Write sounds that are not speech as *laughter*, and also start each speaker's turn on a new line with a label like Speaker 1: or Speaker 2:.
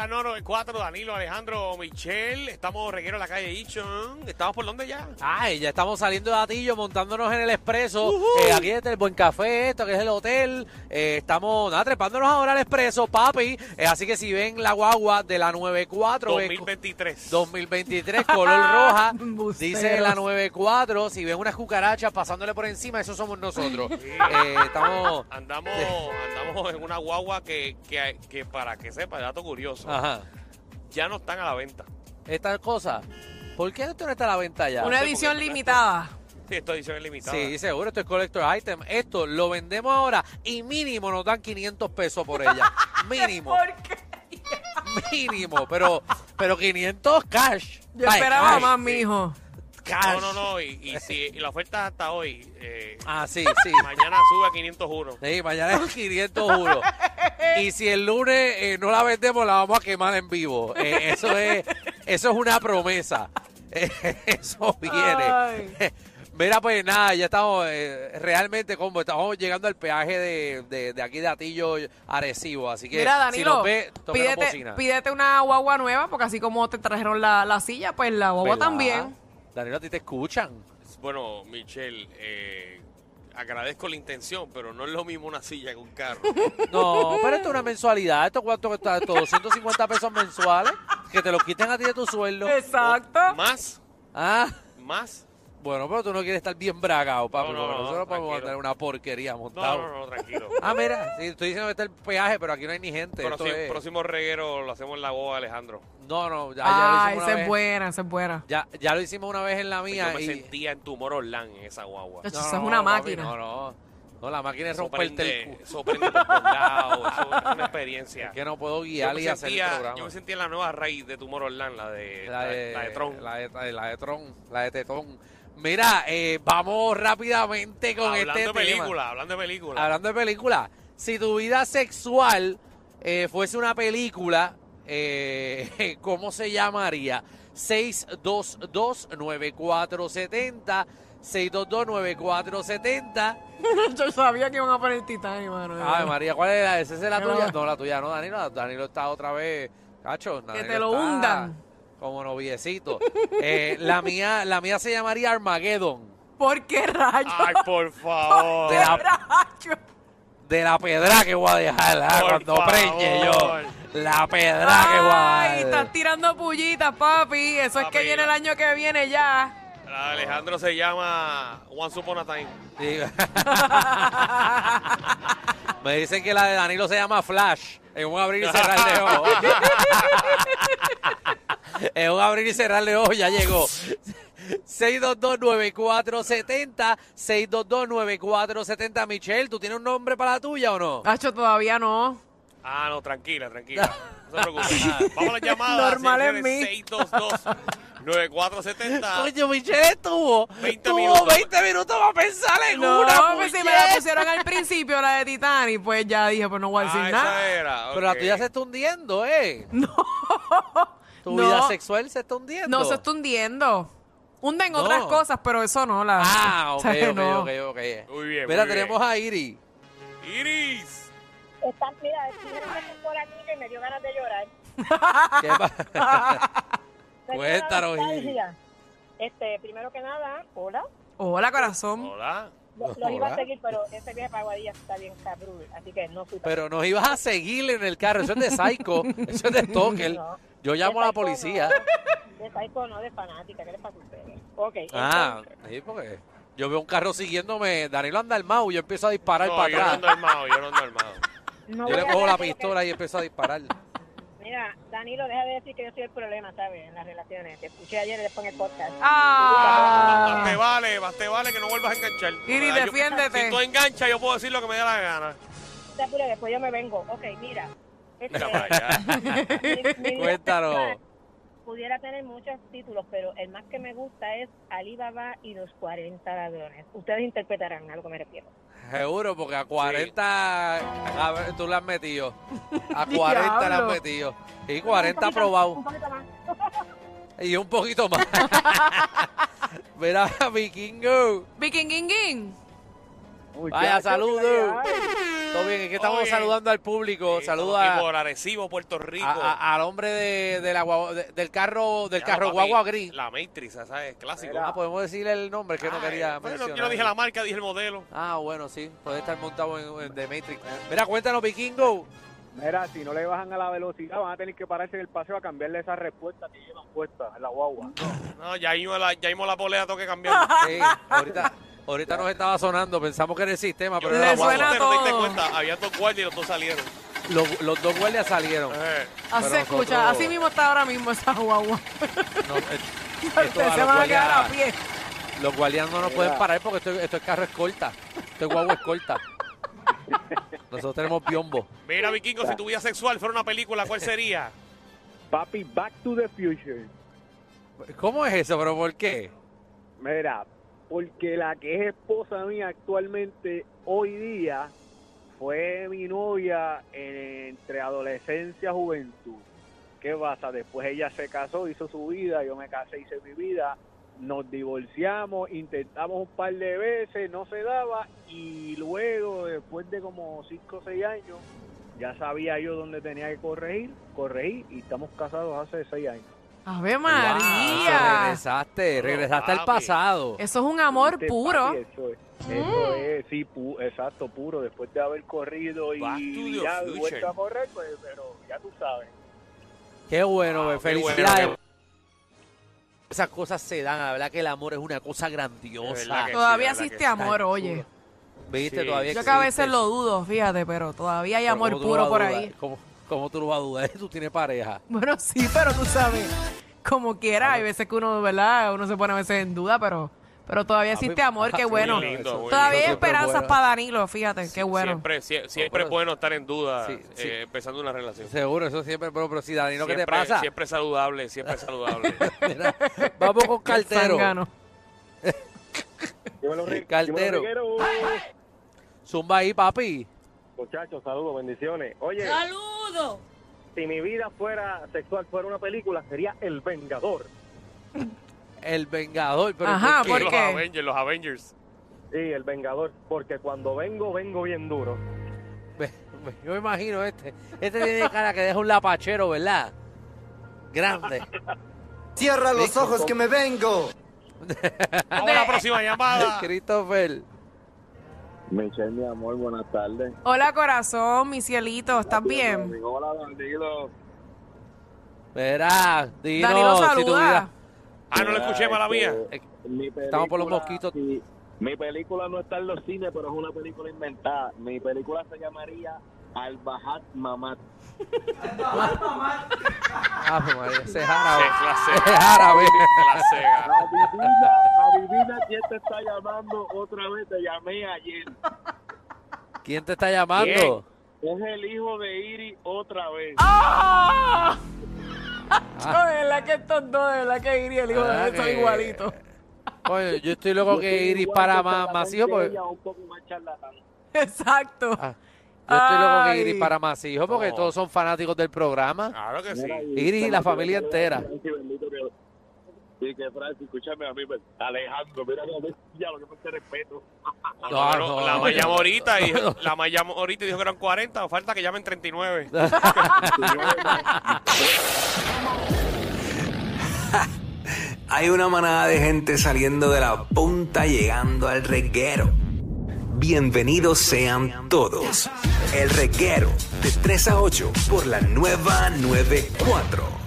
Speaker 1: Ah, No, 94, Danilo, Alejandro, Michelle, estamos reguero en la calle Ichon. ¿Estamos por dónde ya?
Speaker 2: Ay, ya estamos saliendo de Atillo, montándonos en el expreso. Eh, aquí está el Buen Café, esto que es el hotel. Eh, estamos nada, trepándonos ahora al expreso, papi. Eh, así que si ven la guagua de la 94, ve-
Speaker 1: 2023.
Speaker 2: 2023, color roja,
Speaker 3: Embusteros.
Speaker 2: dice la 94. Si ven unas cucarachas pasándole por encima, eso somos nosotros. Eh, estamos.
Speaker 1: Andamos, andamos en una guagua que, que, que para que sepa, dato curioso,
Speaker 2: Ajá.
Speaker 1: ya no están a la venta.
Speaker 2: Estas cosas. ¿Por qué esto no está a la venta ya?
Speaker 3: Una edición limitada.
Speaker 1: Sí, esto edición es limitada.
Speaker 2: Sí, seguro, esto es collector item. Esto lo vendemos ahora y mínimo nos dan 500 pesos por
Speaker 3: *laughs*
Speaker 2: ella. Mínimo, mínimo, pero pero 500 cash.
Speaker 3: Yo
Speaker 2: Ay,
Speaker 3: esperaba
Speaker 2: cash,
Speaker 3: más, mijo.
Speaker 1: No,
Speaker 2: Cash.
Speaker 1: no, no, y,
Speaker 2: *laughs*
Speaker 1: y si y la oferta es hasta hoy, eh,
Speaker 2: Ah, sí, sí.
Speaker 1: mañana sube a 501.
Speaker 2: Sí, mañana es 501. Y si el lunes eh, no la vendemos, la vamos a quemar en vivo. Eh, eso es eso es una promesa. *laughs* Eh, eso viene.
Speaker 3: Ay.
Speaker 2: Mira, pues nada, ya estamos eh, realmente como estamos llegando al peaje de, de- de aquí de Atillo Arecibo. Así que
Speaker 3: Mira,
Speaker 2: si
Speaker 3: Danilo,
Speaker 2: nos ve, toquenos
Speaker 3: pídete,
Speaker 2: bocina.
Speaker 3: pídete una guagua nueva, porque así como te trajeron la, la silla, pues la guagua
Speaker 2: ¿Verdad?
Speaker 3: también.
Speaker 2: Danilo, a ti te escuchan.
Speaker 1: Bueno, Michelle, eh, agradezco la intención, pero no es lo mismo una silla que un carro.
Speaker 2: No, pero esto es una mensualidad. ¿Esto cuánto está? ¿Esto 250 pesos mensuales? Que te lo quiten a ti de tu sueldo.
Speaker 3: Exacto.
Speaker 1: más,
Speaker 2: Ah.
Speaker 1: más.
Speaker 2: Bueno, pero tú no quieres estar bien bragado, Pablo.
Speaker 1: No, no,
Speaker 2: porque
Speaker 1: no,
Speaker 2: nosotros podemos
Speaker 1: tranquilo.
Speaker 2: mandar una porquería
Speaker 1: No,
Speaker 2: montada.
Speaker 1: no, no, tranquilo.
Speaker 2: Ah, mira, sí, estoy diciendo que está el peaje, pero aquí no hay ni gente. Este, esto
Speaker 1: Próximo,
Speaker 2: es-
Speaker 1: próximo reguero lo hacemos en la boda, Alejandro.
Speaker 2: No, no, ya, Ah, ya lo
Speaker 3: Ay,
Speaker 2: hicimos
Speaker 3: esa
Speaker 2: una
Speaker 3: Ah, es
Speaker 2: vez.
Speaker 3: buena, esa es buena. *laughs*
Speaker 2: Ya, ya lo hicimos una vez en la
Speaker 1: Yo
Speaker 2: mía.
Speaker 1: me
Speaker 2: y...
Speaker 1: sentía en tumor Orlán en esa guagua.
Speaker 3: Eso es una
Speaker 2: papi,
Speaker 3: máquina.
Speaker 2: no, no. No, la máquina es
Speaker 1: Eso
Speaker 2: romperte el
Speaker 1: prende,
Speaker 2: cu.
Speaker 1: eso prende por todos lados, eso es una experiencia.
Speaker 2: Que no puedo
Speaker 1: Yo
Speaker 2: guiar
Speaker 1: me,
Speaker 2: *laughs* y hacer el
Speaker 1: sentía,
Speaker 2: programa.
Speaker 1: yo me sentía en la nueva raíz de Tumor Orlán, la de, la de, la de Tron.
Speaker 2: La de, la de- la de Tron, la de Tetón. Mira, eh, vamos rápidamente con
Speaker 1: hablando
Speaker 2: este
Speaker 1: de
Speaker 2: tema.
Speaker 1: película, hablando de película.
Speaker 2: Hablando de película, si tu vida sexual eh, fuese una película, eh, *laughs* ¿cómo se llamaría? 622-9470. 622-9470.
Speaker 3: Yo sabía que iban a poner Titanic, mano. de
Speaker 2: Ay,
Speaker 3: verdad.
Speaker 2: María, ¿cuál es la? ¿Esa es la
Speaker 3: Pero-
Speaker 2: tuya? No, la tuya no, Danilo. Danilo está otra vez, cacho. Danilo
Speaker 3: te lo
Speaker 2: está
Speaker 3: hundan.
Speaker 2: Como noviecito. Eh, la, mía, la mía se llamaría Armageddon.
Speaker 3: ¿Por qué rayos?
Speaker 1: Ay, por favor.
Speaker 3: *laughs*
Speaker 2: De la-
Speaker 3: Rayos.
Speaker 2: de la pedra que voy a dejar ah,
Speaker 1: Por
Speaker 2: cuando
Speaker 1: favor.
Speaker 2: preñe yo. La pedra que voy a
Speaker 3: Ay,
Speaker 2: dejar. *laughs*
Speaker 3: estás tirando pullitas, papi. Eso es
Speaker 1: Papi.
Speaker 3: que viene el año que viene ya.
Speaker 1: La de Alejandro se llama Once Upon a Time.
Speaker 2: Sí. Me dicen que la de Danilo se llama Flash. Es un abrir y cerrar
Speaker 1: *laughs*
Speaker 2: de ojos. es un abrir y cerrar de ojos, ya llegó. 6229470, 6229470. Michelle, ¿tú tienes un nombre para la tuya o no?
Speaker 3: Hacho, todavía no.
Speaker 1: Ah, no, tranquila,
Speaker 2: *laughs*
Speaker 1: tranquila. No se preocupe. nada. Vamos a la llamada.
Speaker 3: Normal en mí.
Speaker 1: 622-9470.
Speaker 2: Coño, Michelle estuvo,
Speaker 1: 20
Speaker 2: tuvo
Speaker 1: Ah. minutos.
Speaker 2: 20 minutos para pensar en
Speaker 3: No,
Speaker 2: una.
Speaker 3: pues si me la
Speaker 2: puñeta.
Speaker 3: pusieron al principio, la de Titanic, pues ya dije, pues no voy a decir
Speaker 1: Ah,
Speaker 3: nada.
Speaker 1: esa era.
Speaker 2: Pero la
Speaker 1: ok.
Speaker 2: tuya se está hundiendo, ¿eh?
Speaker 3: *laughs*
Speaker 2: No. Tu
Speaker 3: No.
Speaker 2: vida sexual se está hundiendo.
Speaker 3: No se está hundiendo. Hunden
Speaker 2: No.
Speaker 3: otras cosas, pero eso no. La, *laughs*
Speaker 2: Ah, ok,
Speaker 3: o sea,
Speaker 2: ok,
Speaker 3: no.
Speaker 2: ok, ok.
Speaker 1: Muy bien,
Speaker 2: Mira,
Speaker 1: muy
Speaker 2: tenemos a Iri.
Speaker 1: Iris.
Speaker 4: Está, mira, estoy viendo por aquí que me dio ganas de llorar.
Speaker 2: ¿Qué pa- *laughs*
Speaker 4: Me dio
Speaker 2: Cuéntanos, Iri.
Speaker 4: una nostalgia. Este, primero que nada, hola.
Speaker 3: Hola, corazón.
Speaker 1: Hola.
Speaker 4: Lo- Los iba
Speaker 2: Hola.
Speaker 4: a seguir, pero ese viaje para Aguadilla está bien cabrón, así que no fui.
Speaker 2: Pero nos ibas a seguir en el carro. Eso es de psycho. Eso es de stalker.
Speaker 4: No.
Speaker 2: Yo llamo a la policía.
Speaker 4: De psycho, no, de fanática, ¿qué les pasa a ustedes? Ok.
Speaker 2: Ah,
Speaker 4: entonces,
Speaker 2: sí, porque yo veo un carro siguiéndome. Danilo anda armado y yo empiezo a disparar
Speaker 1: No,
Speaker 2: para
Speaker 1: yo no
Speaker 2: atrás.
Speaker 1: ando armado, yo no ando armado.
Speaker 4: no
Speaker 2: Yo
Speaker 4: voy
Speaker 2: le
Speaker 4: a
Speaker 2: cojo la
Speaker 4: hablar de lo que-
Speaker 2: pistola y empiezo a disparar.
Speaker 4: Mira, Danilo, deja de decir que yo soy el problema, ¿sabes? En las relaciones. Te escuché ayer y después en el podcast.
Speaker 1: Más te
Speaker 3: Ah.
Speaker 1: vale, más te vale que no vuelvas a enganchar.
Speaker 3: Iri,
Speaker 1: Ah, yo-
Speaker 3: defiéndete.
Speaker 1: Si tú enganchas, yo puedo decir lo que me dé la gana.
Speaker 4: Te apures, después yo me vengo. Ok, mira. Este,
Speaker 1: Mira para allá.
Speaker 4: *laughs* mi- mi vida
Speaker 2: Cuéntalo.
Speaker 4: sexual Pudiera tener muchos títulos, pero el más que me gusta es Alibaba y los 40 ladrones. Ustedes interpretarán a lo que me refiero.
Speaker 2: Seguro, porque a 40 a- tú la has metido.
Speaker 1: *laughs*
Speaker 2: A 40 la has
Speaker 3: Diablo.
Speaker 2: metido. Y 40
Speaker 4: Un poquito más,
Speaker 2: probado.
Speaker 4: un poquito más.
Speaker 2: Y un
Speaker 1: *laughs*
Speaker 2: poquito más. Mira, vikingo.
Speaker 3: Vikinguinguin.
Speaker 2: Vaya,
Speaker 5: Muchachos,
Speaker 2: saludos.
Speaker 5: ¿qué hay?
Speaker 2: Todo bien, es que estamos
Speaker 1: Oye.
Speaker 2: saludando al público.
Speaker 1: Sí,
Speaker 2: Saludos
Speaker 1: estamos aquí
Speaker 2: a-
Speaker 1: por Arecibo, Puerto Rico.
Speaker 2: a- a- al hombre de, de la guagua- de- del carro del
Speaker 1: Ya,
Speaker 2: carro
Speaker 1: papi,
Speaker 2: guagua gris.
Speaker 1: La Matrix, esa es clásico.
Speaker 5: Mira,
Speaker 2: Ah, podemos decirle el nombre que no
Speaker 1: Ay,
Speaker 2: quería
Speaker 1: bueno,
Speaker 2: mencionar.
Speaker 1: yo no dije la marca, dije el modelo.
Speaker 2: Ah, bueno, sí, puede estar montado en, en The Matrix. Mira, cuéntanos, vikingo.
Speaker 5: Mira, si no le bajan a la velocidad, van a tener que pararse en el paseo a cambiarle esa respuesta que llevan puesta en la guagua.
Speaker 1: No, ya mismo la, ya mismo la polea, tengo que cambiar.
Speaker 2: Sí, ahorita, ahorita nos estaba sonando, pensamos que era el sistema, pero
Speaker 1: Yo
Speaker 2: era la
Speaker 1: la
Speaker 3: Le
Speaker 2: guagua.
Speaker 3: suena
Speaker 1: guardo, pero te diste
Speaker 3: todo.
Speaker 1: cuenta, había dos guardias y los dos salieron.
Speaker 2: Los, los dos guardias salieron.
Speaker 1: Eh,
Speaker 3: Así se
Speaker 2: Pero
Speaker 3: escucha,
Speaker 2: nosotros-
Speaker 3: así mismo está ahora mismo esa guagua.
Speaker 2: No, eh, esto a los,
Speaker 3: Ustedes se van a quedar a
Speaker 2: guardias,
Speaker 3: pie.
Speaker 2: los guardias no nos
Speaker 5: Mira.
Speaker 2: pueden parar porque esto, esto es carro escolta. Esto es guagua escolta. Nosotros tenemos biombo.
Speaker 1: Mira, Vikingo, si tu vida sexual fuera una película, ¿cuál sería?
Speaker 5: Papi, Back to the Future.
Speaker 2: ¿Cómo es eso? ¿Pero por qué?
Speaker 5: Mira, porque la que es esposa mía actualmente, hoy día, fue mi novia en- entre adolescencia y juventud. ¿Qué pasa? Después ella se casó, hizo su vida, yo me casé, hice mi vida. Nos divorciamos, intentamos un par de veces, no se daba. Y luego, después de como 5 o 6 años, ya sabía yo dónde tenía que corregir, corregí y estamos casados hace 6 años.
Speaker 3: Ave
Speaker 2: Wow,
Speaker 3: María.
Speaker 2: regresaste, regresaste al
Speaker 1: Papi.
Speaker 2: pasado.
Speaker 3: Eso es un amor
Speaker 5: Este,
Speaker 3: puro. Mm.
Speaker 5: papi, eso es, eso es, sí, pu- exacto, puro. Después de haber corrido y
Speaker 1: Back to the
Speaker 5: ya
Speaker 1: future.
Speaker 5: vuelto a correr, pues, pero ya tú sabes.
Speaker 2: Qué bueno,
Speaker 1: Ah, qué
Speaker 2: be-
Speaker 1: bueno,
Speaker 2: felicidades.
Speaker 1: qué-
Speaker 2: Esas cosas se dan, la verdad que el amor es una cosa
Speaker 1: Es
Speaker 2: grandiosa.
Speaker 1: verdad que- Sí, la
Speaker 3: Todavía
Speaker 1: verdad que
Speaker 3: existe
Speaker 1: sí.
Speaker 3: amor,
Speaker 2: Tan
Speaker 3: oye.
Speaker 2: chulo. Viste,
Speaker 1: Sí.
Speaker 2: todavía
Speaker 3: Yo que a
Speaker 2: existe.
Speaker 3: veces lo dudo, fíjate, pero todavía hay
Speaker 2: Pero
Speaker 3: amor
Speaker 2: ¿cómo tú lo
Speaker 3: puro por
Speaker 2: vas a
Speaker 3: ahí.
Speaker 2: dudar? ¿Cómo, cómo tú lo vas a dudar? Tú tienes pareja.
Speaker 3: Bueno, sí, pero tú sabes, como quiera, hay veces que uno, ¿verdad? Uno se pone a veces en duda, pero, pero todavía existe
Speaker 2: *laughs*
Speaker 3: amor, qué
Speaker 2: Muy
Speaker 3: bueno.
Speaker 1: lindo,
Speaker 2: eso.
Speaker 1: muy
Speaker 3: Todavía hay
Speaker 1: lindo.
Speaker 3: esperanzas
Speaker 2: Siempre es bueno.
Speaker 3: para Danilo, fíjate, qué bueno.
Speaker 1: Siempre, sie- siempre
Speaker 2: pero-
Speaker 1: es bueno estar en duda
Speaker 2: Sí,
Speaker 1: eh,
Speaker 2: sí.
Speaker 1: empezando una relación.
Speaker 2: Seguro, eso siempre, pero, pero si Danilo, ¿qué te
Speaker 1: Siempre-
Speaker 2: pasa?
Speaker 1: Siempre saludable, siempre saludable.
Speaker 2: *laughs* Mira, vamos
Speaker 3: *laughs*
Speaker 2: con Cartero.
Speaker 3: Zángano.
Speaker 6: Dímelo, Rick.
Speaker 2: Cartero.
Speaker 6: Dímelo, Riquero.
Speaker 2: Zumba ahí, papi.
Speaker 6: Muchachos, saludos, bendiciones. Oye, si mi vida fuera sexual, fuera una película, sería El Vengador.
Speaker 2: El Vengador. Pero
Speaker 3: Ajá,
Speaker 2: Ah, ¿por qué?
Speaker 1: los
Speaker 3: qué?
Speaker 1: Avengers, los Avengers.
Speaker 6: Sí, El Vengador, porque cuando vengo, vengo bien duro.
Speaker 2: *laughs* Ve- ve- Yo me imagino este. Este tiene cara que deja un lapachero, ¿verdad? *laughs* Grande.
Speaker 7: Cierra los
Speaker 2: Rico,
Speaker 7: ojos que me vengo.
Speaker 2: Ah,
Speaker 1: Vamos a
Speaker 2: eh.
Speaker 1: la próxima
Speaker 2: *laughs*
Speaker 1: llamada.
Speaker 2: Christopher.
Speaker 8: Michelle, mi amor, buenas tardes.
Speaker 3: Hola, corazón, mi cielito, ¿estás bien?
Speaker 8: Hola, Danilo.
Speaker 2: Verá, Dino,
Speaker 3: Danilo,
Speaker 2: si tu
Speaker 3: saluda.
Speaker 2: vida-
Speaker 1: Ah, no lo escuché, mala mía.
Speaker 2: Eh,
Speaker 8: Mi
Speaker 2: Estamos por los mosquitos.
Speaker 8: sí, mi película no está en los cines, pero es una película inventada. Mi película se llamaría Al Bahat Mamat.
Speaker 2: Ave Ah, pues, María, ese
Speaker 1: Qué
Speaker 2: es árabe.
Speaker 1: clase,
Speaker 2: *laughs* Ese es árabe.
Speaker 1: qué clase.
Speaker 6: Adivina, adivina quién te está llamando otra vez. Te llamé ayer.
Speaker 2: ¿Quién te está llamando?
Speaker 6: Es el hijo de Iri otra vez.
Speaker 3: ¡Ah! *laughs* Yo, de verdad que estos dos, de verdad que Iri el hijo
Speaker 2: Ah,
Speaker 3: de él son
Speaker 2: que-
Speaker 3: igualitos. *laughs*
Speaker 2: Oye, yo estoy loco que Iris para más masivo. Porque, yo
Speaker 6: Un poco más charlatán.
Speaker 3: Exacto.
Speaker 2: Ah, estoy loco que
Speaker 3: Ay.
Speaker 2: Iris para masivo porque
Speaker 1: No.
Speaker 2: todos son fanáticos del programa.
Speaker 1: Claro que sí.
Speaker 2: Iris y la familia entera.
Speaker 6: Francis, bendito que- Y que Francis, escúchame a mí, pues, Alejandro, mira que a mí, ya lo que me te respeto.
Speaker 1: No,
Speaker 2: No,
Speaker 1: no,
Speaker 2: no,
Speaker 1: la
Speaker 2: no.
Speaker 1: más llamó ahorita
Speaker 2: *laughs*
Speaker 1: y la más llamó ahorita y dijo que eran 40, falta que llamen 39.
Speaker 9: Hay una manada de gente saliendo de la punta llegando al reguero. Bienvenidos sean todos. El reguero de 3 a 8 por la nueva 94.